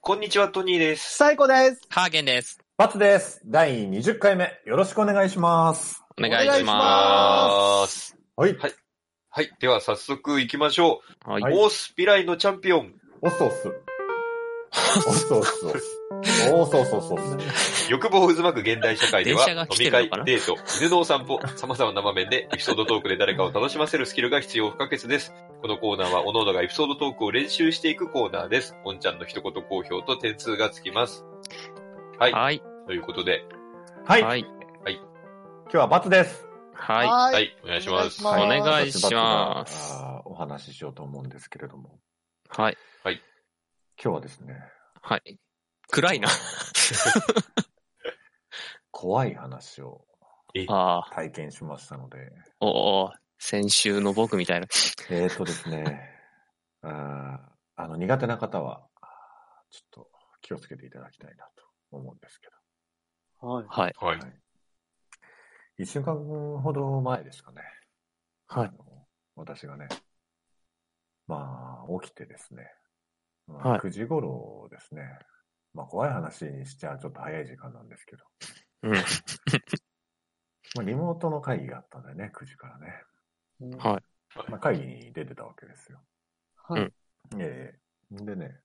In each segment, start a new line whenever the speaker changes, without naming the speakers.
こんにちは、トニーです。
最高です。
ハーゲンです。
バツです。第20回目、よろしくお願いします。
お願いし
ま。
ます。
はい。
はいはい。では、早速行きましょ
は
う。
はい
オースピライのチャンピオン、
オスオス。オスオスオ ス。オーソーソーソース。
欲望渦巻く現代社会では、
電車が
飲
来て
み
る
会
のかな、
デート、犬のお散歩、様々な場面でエピソードトークで誰かを楽しませるスキルが必要不可欠です。このコーナーは、おののがエピソードトークを練習していくコーナーです。おんちゃんの一言好評と点数がつきます。はい。
はい。
ということで、
はい。今
はい。
日はバツです。
はい。
はいい。お願いします。
お願いします
お願いします。
バツバツがあーお話ししようと思うんですけれども、
はい。
今日はですね、
はい。暗いな。
怖い話を
ああ。
体験しましたので、
おお。先週の僕みたいな。
えーとです ね、あーあの、苦手な方は、ちょっと気をつけていただきたいなと思うんですけど、
はい。
はい。
はい。
一週間ほど前ですかね。
はい
あの。私がね、まあ、起きてですね、まあ
はい
9時頃ですね、まあ、怖い話にしちゃちょっと早い時間なんですけど、
うん。
まあ、リモートの会議があったんだよね、9時からね。
はい
まあ、会議に出てたわけですよ。
はい
うん
ええでね、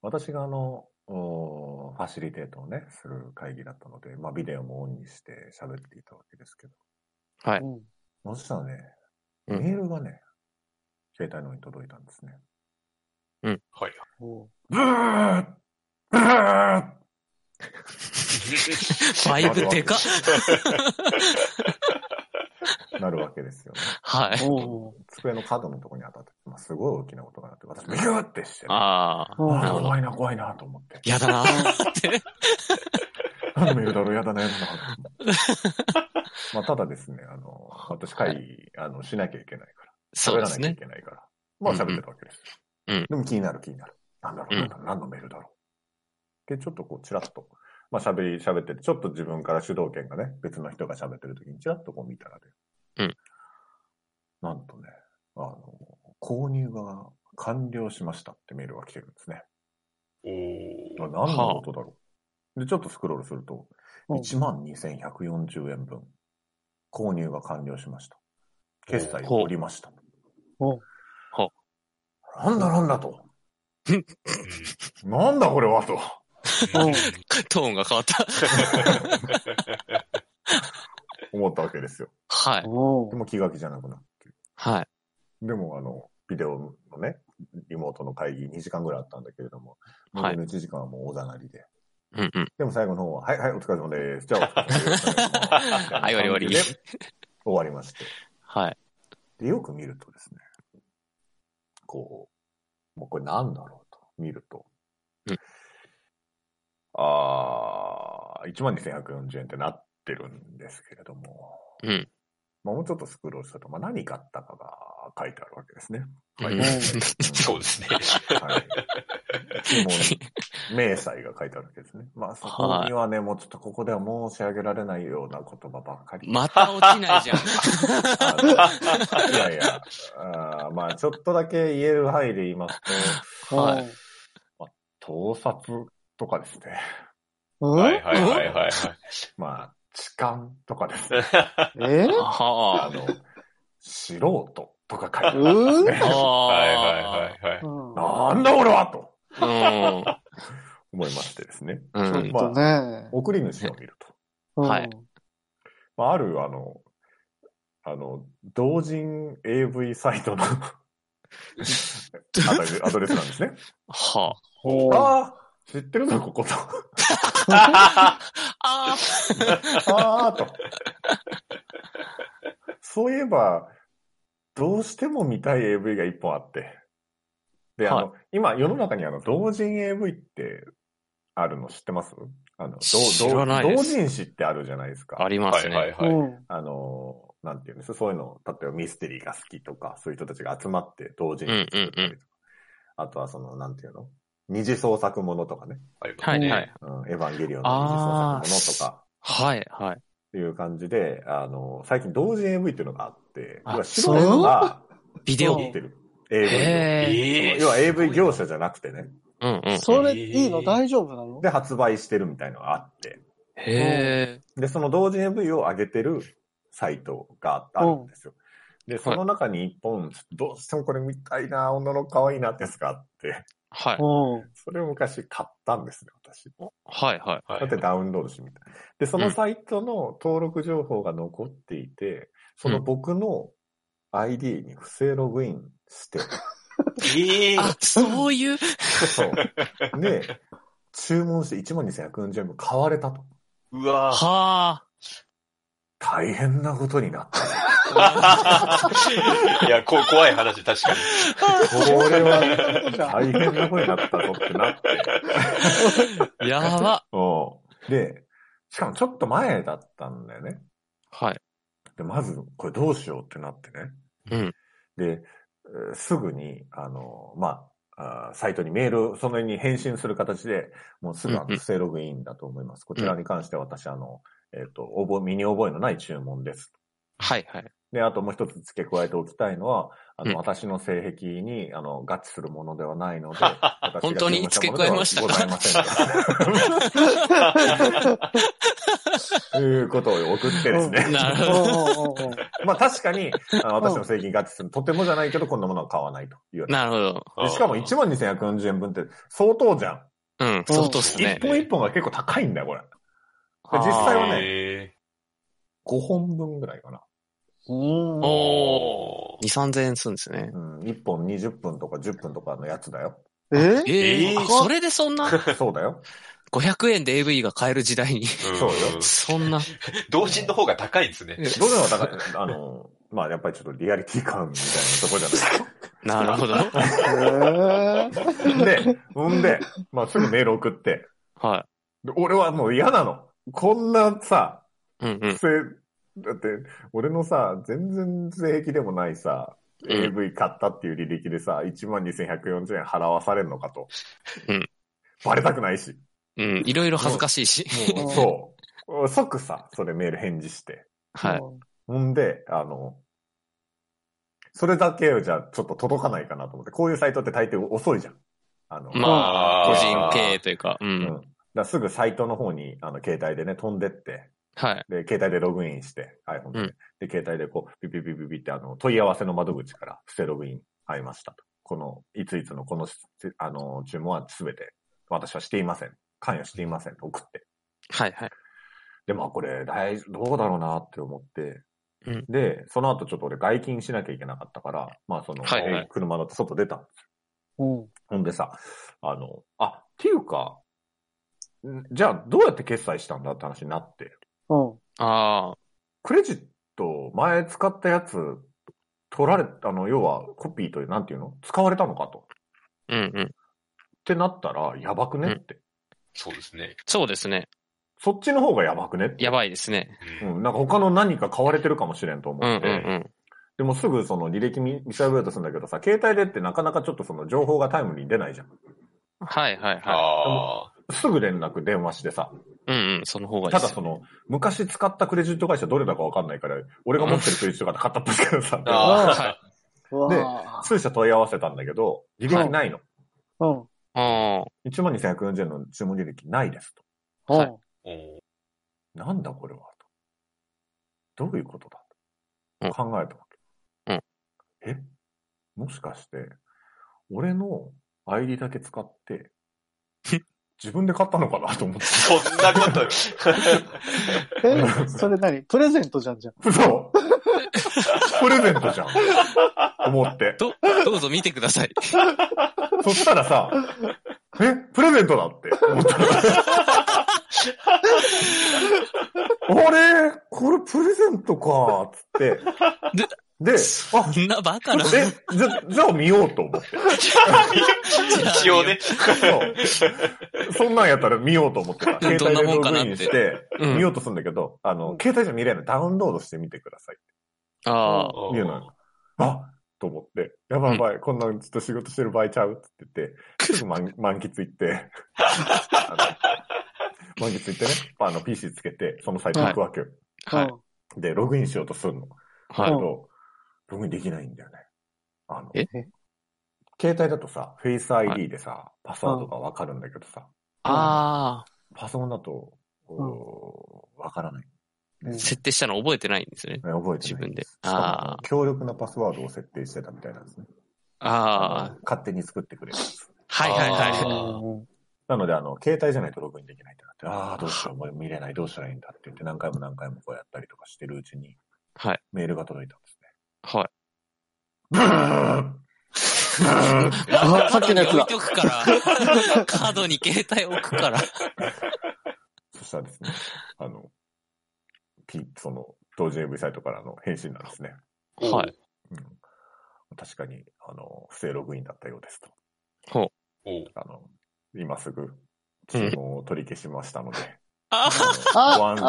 私があの、おファシリテートをね、する会議だったので、まあ、ビデオもオンにして喋っていたわけですけど、
はい。
うん
そしたらね、
うん
メールがね、携帯の方に届いたんですね。
はい。
お
ブーブー
バイブでかっ。
なるわけですよね。
はい。
お
机の角のところに当たって、まあ、すごい大きな音が鳴って、私、ビューってして、あ
ああ。
お
なる
あ、
ほど
怖いな、怖いな、と思って。
やだなーって。
何のメールだろう、やだな、やだな、と思 って。まあ、ただですね、あの、私、会議、あの、しなきゃいけないから。
そうで
らな
す
きゃい
ね。
けないから。まあ喋ってたわけです。
うんうん
でも気になる気になる。なんだろう、
うん
なんだろう、何のメールだろう。で、ちょっとこう、ちらっと、まあ喋り、喋ってて、ちょっと自分から主導権がね、別の人が喋ってる時にちらっとこう見たらね。
うん
なんとね、あの、購入が完了しましたってメールが来てるんですね。
お
あ何
ー。
のことだろう。で、ちょっとスクロールすると、
うん
12,140円分、購入が完了しました。決済を
ほう
おりました。
お
ほ
なんだなんだ と。なんだこれはと。
うん
うん
トーンが変わった。
思ったわけですよ。
はい。
お。
でも気が気じゃなくなって。
はい。
でもあの、ビデオのね、リモートの会議2時間ぐらいあったんだけれども、
は
残
い
りの1時間はもう大ざなりで。
うんうん。。
でも最後の方は、はいはい、お疲れ様です。じゃあお疲れ様です
はい、終わり終わ
で
り。
終わりまして。
はい。
で、よく見るとですね、こう、もうこれなんだろうと、見ると。
うん
あー、12,140円ってなってるんですけれども、
うん。
まあ、もうちょっとスクロールすると、まあ、何買ったかが書いてあるわけですね。
うん
は い
そうですね。
はい。もう、明細が書いてあるわけですね。まあ、そこにはね、もうちょっとここでは申し上げられないような言葉ばっかり。
また落ちないじゃん。
あのいやいや、あーまあ、ちょっとだけ言える範囲で言います
はい
と、盗撮とかですね。
うん
はいはいはいはい
まあ、痴漢とかですね。
は
え
あ
は
の、素人とか書いてあるん
う
ですね
ん。
あ。
い。はい
あ
はいはいはい。
なんだ俺はと
あ。うん。
思いましてですね。
う
ちょっ
ん。
とね。
送り主を見ると。
うん
はい。
まあ、ある、あの、あの、同人 AV サイトのアドレアドレスなんですね。
は
おー
ああ、知ってるぞ、ここと。
あ。あ
ああ、と。そういえば、どうしても見たい AV が一本あって。で、あの、今、世の中にあの、同人 AV ってあるの知ってますあの、どう
知らないです
同人誌ってあるじゃないですか。
あ。ありま
は
す
い
ね。
はいはい。
うん
あの、なんていうんですそういうの、例えばミステリーが好きとか、そういう人たちが集まって同時に作ったりと
う
か、
んうんう
あとはその、なんていうの二次創作ものとかね、
あります
はい
ね
はい。
うん、エヴァンゲリオンの二次創作ものとか、
はい、はい。
っていう感じで、あの、最近同時 AV っていうのがあって、
あ
要は白いのが
ビデ
撮
オ。
っ
へ
てる。AV
え。
の。
ええ
要は AV 業者じゃなくてね、
ううんうん。
それ
えー
いいの大丈夫なの
で、発売してるみたいのがあって。
へえ。
で、その同人 AV を上げてるサイトがあるんですよ。で、その中に一本、どうしてもこれ見たいな、女の子可愛いなってやつがあって、
はい。
うん。
それを昔買ったんですね、私。
はいはい。
はい
だってダウンロードしてみた。で、そのサイトの登録情報が残っていて、その僕の ID に不正ログインして、
ええ
あ、そういう。
そうで、注文して12,140円分買われたと。
うわぁ。
は
大変なことになった。
いや、こ怖い話、確かに。
これはね
じゃあ
大変なことになったぞってなって。
あ。やば。
うんで、しかもちょっと前だったんだよね。
はい。
で、まず、これどうしようってなってね。
うん。
で、えーすぐに、あの、まあ、あーサイトにメール、そのに返信する形で、もうすぐあ
うんう
の
ん
不正ログインだと思います。こちらに関しては私、あの、えっ、と、覚え、身に覚えのない注文です。
はいはい。
で、あともう一つ付け加えておきたいのは、あの、
うん
私の性癖に、あの、合致するものではないので、
本当に付け加えましたか
ございませんということを送ってですね。
なるほど。
うんうんうんうん
まあ確かに、あの私の性癖に合致する、とてもじゃないけど、こんなものは買わないというような。
なるほど。
でしかも12,140円分って相当じゃん。
うん、相当っすね
一。本一本が結構高いんだよ、これ。
あー
実際はね
ね。
5本分ぐらいかな。
うん
おー。2、3000円するんですね
う。ん、1本20分とか10分とかのやつだ よ。
え
ええ
えー
それでそんな、
そうだよ。
500円で AV が買える時代に、
うん
そうよ
そんな、
同人の方が高いんですね。
どれも高い。あの、まあやっぱりちょっとリアリティ感みたいなとこじゃないですか。
なるほど。
えー
で、ほんで、まあ、すぐメール送って。
は
で俺はもう嫌なの。こんなさ、
い。うんうん。
せ、だって、俺のさ、全然性癖でもないさ、
うん
AV 買ったっていう履歴でさ、12,140円払わされんのかと。
うん
バレたくないし。
うん、いろいろ恥ずかしいし。
もう、そう。即さ、それメール返事して。
はい。
ほんで、あの、それだけじゃちょっと届かないかなと思って、こういうサイトって大抵遅いじゃん。あの、
まあ、個
あー
人経営というか、う
うん。
ん。
だからすぐサイトの方に、あの、携帯でね、飛んでって、
はい。
で、携帯でログインして、iPhone で。
うん
で、携帯でこう、ビビビビビって、あの、問い合わせの窓口から、不正ログイン合いましたと。この、いついつのこのし、あの、注文は全て、私はしていません。関与していません。と送って。
はいはい。
で、まあこれ、大どうだろうなって思って、
うん
で、その後ちょっと俺外勤しなきゃいけなかったから、まあその、
はいはい
車乗って外出たんですよ。
うん。
ほんでさ、あの、あ、っていうか、んじゃあどうやって決済したんだって話になって、
うん。
あ
クレジット前使ったやつ、取られ、あの、要はコピーという、なんていうの使われたのかと。っ
あ、うんうん。
てなったら、やばくねって。
そうですね。
そうですね。
そっちの方がやばくねって。
やばいですね。
う
うんん、なんか他の何か買われてるかもしれんと思
うんう
っ
ん
て、
うん。
でもすぐその履歴見見調べようとするんだけどさ、携帯でってなかなかちょっとその情報がタイムリーに出ないじゃん。
はいはいはい。
あ
すぐ連絡電話してさ、
うんうん、その方がいい
た
で
だ
す
そ。の、昔使ったクレジット会社どれだかわかんないから、俺が持ってるクレジットカード買ったっぽいからさ、
あ。あ
うわ
数社問い合わせたんだけど、履歴ないの。
ーうん。
ああ、
12,140円の注文履歴ないですと。
う
はい
ん。
あ。うん
なんだこれはと。どういうこと
う
だ
ん
と考えたわけ。
うん
えもしかして、俺の ID だけ 使って、自分で買ったのかなと思って。
そんなことよ。
え、それ何プレゼントじゃんじゃん。
嘘プレゼントじゃん。思って。
ど、どうぞ見てください。
そしたらさ、えプレゼントだって思った のあれこれプレゼントかつって。で、あ、
そんなバカな。
え、じゃ、じゃあ見ようと 思って。
一応ね。
そう。そんなんやったら見ようと思ってた。携
どん
帯
な
で
もん
ロ
か
グ
なっ
イ
て
ンして、
うん
見ようとするんだけど、あの、携帯じゃ見れない。ダウンロードしてみてください。
ああ、
見えない。あと思って、やばいやばい、こんなんずっと仕事してる場合ちゃうって言って、すぐ 満満喫行って、あの満喫行ってね、あの PC つけて、そのサイト行くわけよ。
はい。
で、ログインしようとするの。だ
はい。
けど、ログインできないんだよね。あの
え、
携帯だとさ、フェイス ID でさ、パスワードがわかるんだけどさ、
あ
パソコンだと、こうわからない。
うん
あ、設定したの覚えてないんですね。
ね覚えてない。
自分で
しかも
ああ
強力なパスワードを設定してたみたいなんですね。
ああ、
勝手に作ってくれるやつ。
はいはい
あ
は
ー
うんうん
なので、あの、携帯じゃないとログインできないってなって、ああ、どうしよう、もう見れない、どうしたらいいんだって言って、何回も何回もこうやったりとかしてるうちに、
はい。
メールが届いたんですね。
い。はい。
ブーン ブーン
あさっきのやつ
置い
だ。
とくから。カードに携帯置くから。
そしたらですね、あの、ピその、同時 AV サイトからの返信なんですね。
はい。
うん、確かに、あの、不正ログインだったようですと。
おう
あの、今すぐ、注文を取り消しましたので、
あ
あのご安ご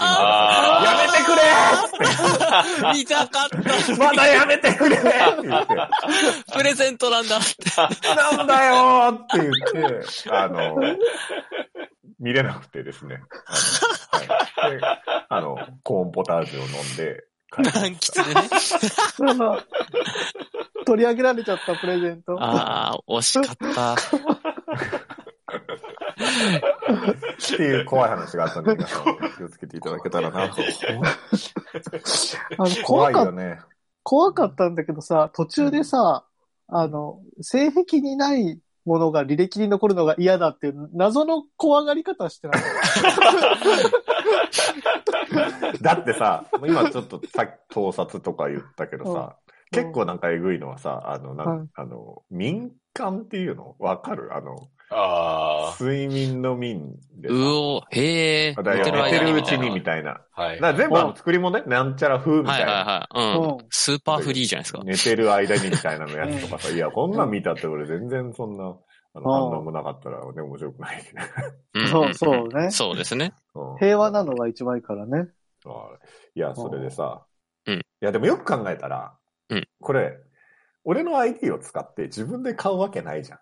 あ
安心ください。
あ
やめてくれ
あ、見たかった。
まだやめてくれって言って、
プレゼントなんだ。
なんだよーって言って、あの、見れなくてですね。あの、はい、であのコーンポタージュを飲んで帰りました、
満喫でね。
その取り上げられちゃったプレゼント。
ああ、惜しかった。
っていう怖い話があったんで、皆さん気をつけていただけたらな
あ
と。
の怖
怖い
かっ
よね。
怖かったんだけどさ、途中でさ、あの、性癖にないものが履歴に残るのが嫌だっていう謎の怖がり方してない。
だってさ、今ちょっとさ盗撮とか言ったけどさ、
うん
結構なんかえぐいのはさ、あの、なん
はい
あの民間っていうのわかるあの、
あ
睡眠の民でさ
うお、へえ。
だから
寝
寝て
て
る
る
う
間
ち
に
にみたいな。
あ。はい。
だから全部あの作り物ね、なんちゃら風み
は
た
い
い
はい
な。
はい。うん。スーパーフリーじゃないですか。
寝てる間にみたいなのやつとかさ、いや、こんなん見たって俺全然そんな、あの、
ああ
反応もなかったらね、面白くないしね。
うん
そうそうね
そうですね。
うん
平和なのが一番いいからね。
いや、それでさ、
うん
いや、でもよく考えたら、
うん
これ、俺の ID を使って自分で買うわけないじゃん。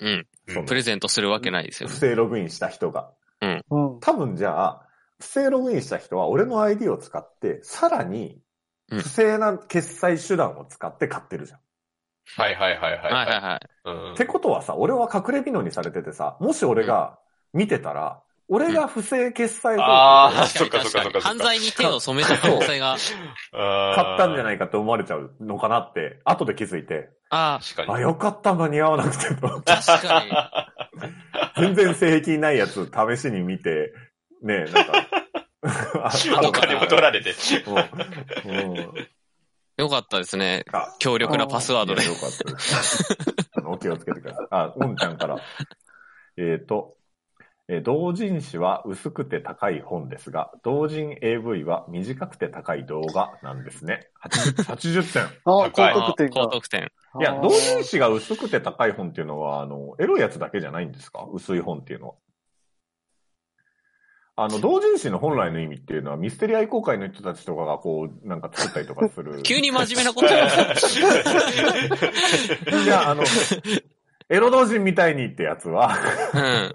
うん。
その
プレゼントするわけないですよ
不。正ログインした人が。
うん。
多分じゃあ、不正ログインした人は俺の ID を使って、さらに、
うん
不正な決済手段を使って買ってるじゃん。
はいはいはいは
はいいはい
は
はい。
い。
ってことはさ、俺は隠れ美濃にされててさ、もし俺が見てたら、俺が不正決済
と
方
あ
法
あ、
を
そっかそっかそっか。
犯罪に手を染めた可能性が。
買
買ったんじゃないいかって思われちゃうのかなって、後で気づいて、
あ
確かに。
あ、よかった、間に合わなくてと。
あ、確かに。
全然性癖ないやつ試しに見て、ねえ、なんか。
お金も取られて。
うんうん
よかったですね。
あ
強力なパスワードで
い。やよかったです。あのお気をつけてください。あ、うんちゃんから。えっ、と、えー同人誌は薄くて高い本ですが、同人 AV は短くて高い動画なんですね。80, 80点。
高
あ、
い
高得点
高
が。
得点。
いや、
あー
同人誌が薄くて高い本っていうのは、あの、エロいやつだけじゃないんですか薄い本っていうのは。あの、同人誌の本来の意味っていうのは、ミステリー愛好会の人たちとかがこう、なんか作ったりとかす る。
急に真面目なこと言う
いや、あ の、エロ同人みたいにってやつは、
うん。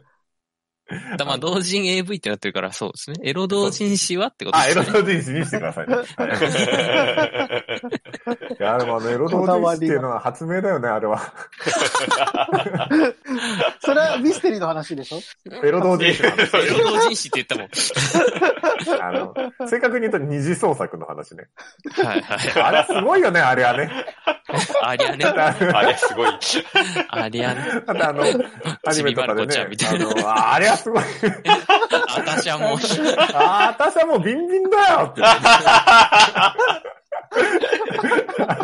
だまあ、同人 AV ってなってるから、そうですね。エロ同人誌はってこと
あ、
で
エ
す
ロ
ね。
同人誌にしてく ださい。はいいや、でもあの、エロ同人誌っていうのは発明だよね、あれは。
それはミステリーの話でしょ
エロ同人誌の話。
エロ同人誌って言ったもん。
あの、正確に言うと二次創作の話ね。
はいはい。
あれすごいよね、あれはね。
ありゃね。
だってあの
あれ、すごい。
ありゃね。
だってあの、アニメとか
ちびまる子
で
ちゃん
ね
み、た
あ
いな
の、ああれはすごい。
私はもう。
ああ、私はもうビンビンだよって。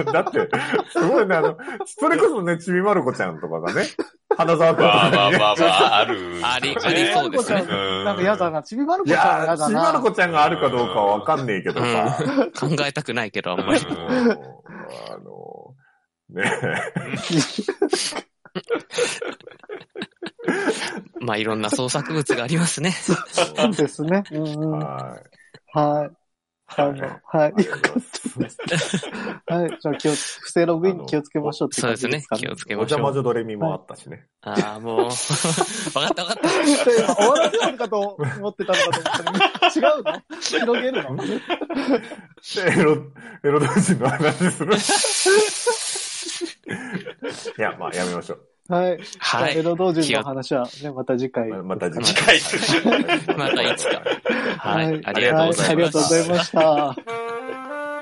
だって、すごいね、あの、それこそね、ちびまる子ちゃんとかがね、花沢君と
まあまあ
かにね
まあまあ、ある。
あり、あ
ち
り
びま
そう
る
で
子
す
ちゃん
ね。
なんか嫌だな。ちびまる
い
子ちゃんは
や
嫌
ー、
だ
ちびまる
な。
子ちゃんがあるかどうかはわかんねえけどさ、
う考えたくないけど、あんま り。
うん
もうあの、ね
まあ、いろんな創作物がありますね。
そうですね。うんうんはい。
はい。
あのはい。
ありがとうございます
はい。じゃあ、気をつ、不正ログインに気をつけましょうって
そ
感
うです
じで
ね
すか。
気をつ
お
けまし
邪
ょ
魔
う。
女ドレミもあったしね。
ああ、もう。わ かったわかった。
で今終わらせるかと思ってたのかと思ったら、違うの広げるの
エロ、エロ同士の話する。いや、まあ、やめましょう。
はい。
は
じゃあエ
い。
ロ同人の話は、ね、また次回。
ままた次
近い
回
っ。す
またいつか。は
はい
い。ありがとうござい
はあり
ま
がとうご
す
ざ。いました。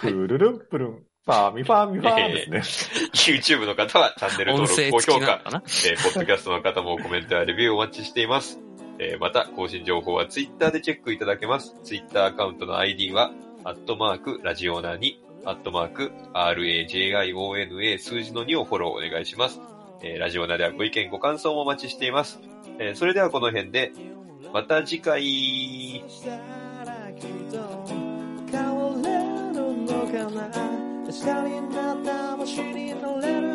プルルンプルン、ファーミファーミファーですね。
YouTube の方はチャンネル
音
登録、高
声付
評
きな
価
の、かな
えーポッドキャストの方もコメントやレビューお待ちしています。えーまた、更新情報は Twitter でチェックいただけます。Twitter アカウントの ID は、アットマーク、ラジオナーに、アットマーク、RAJIONA 数字の2をフォローお願いします。えーラジオナーではご意見、ご感想もお待ちしています。えーそれではこの辺で、また次回。
したらきっと変われるのかな明日になった星に乗れる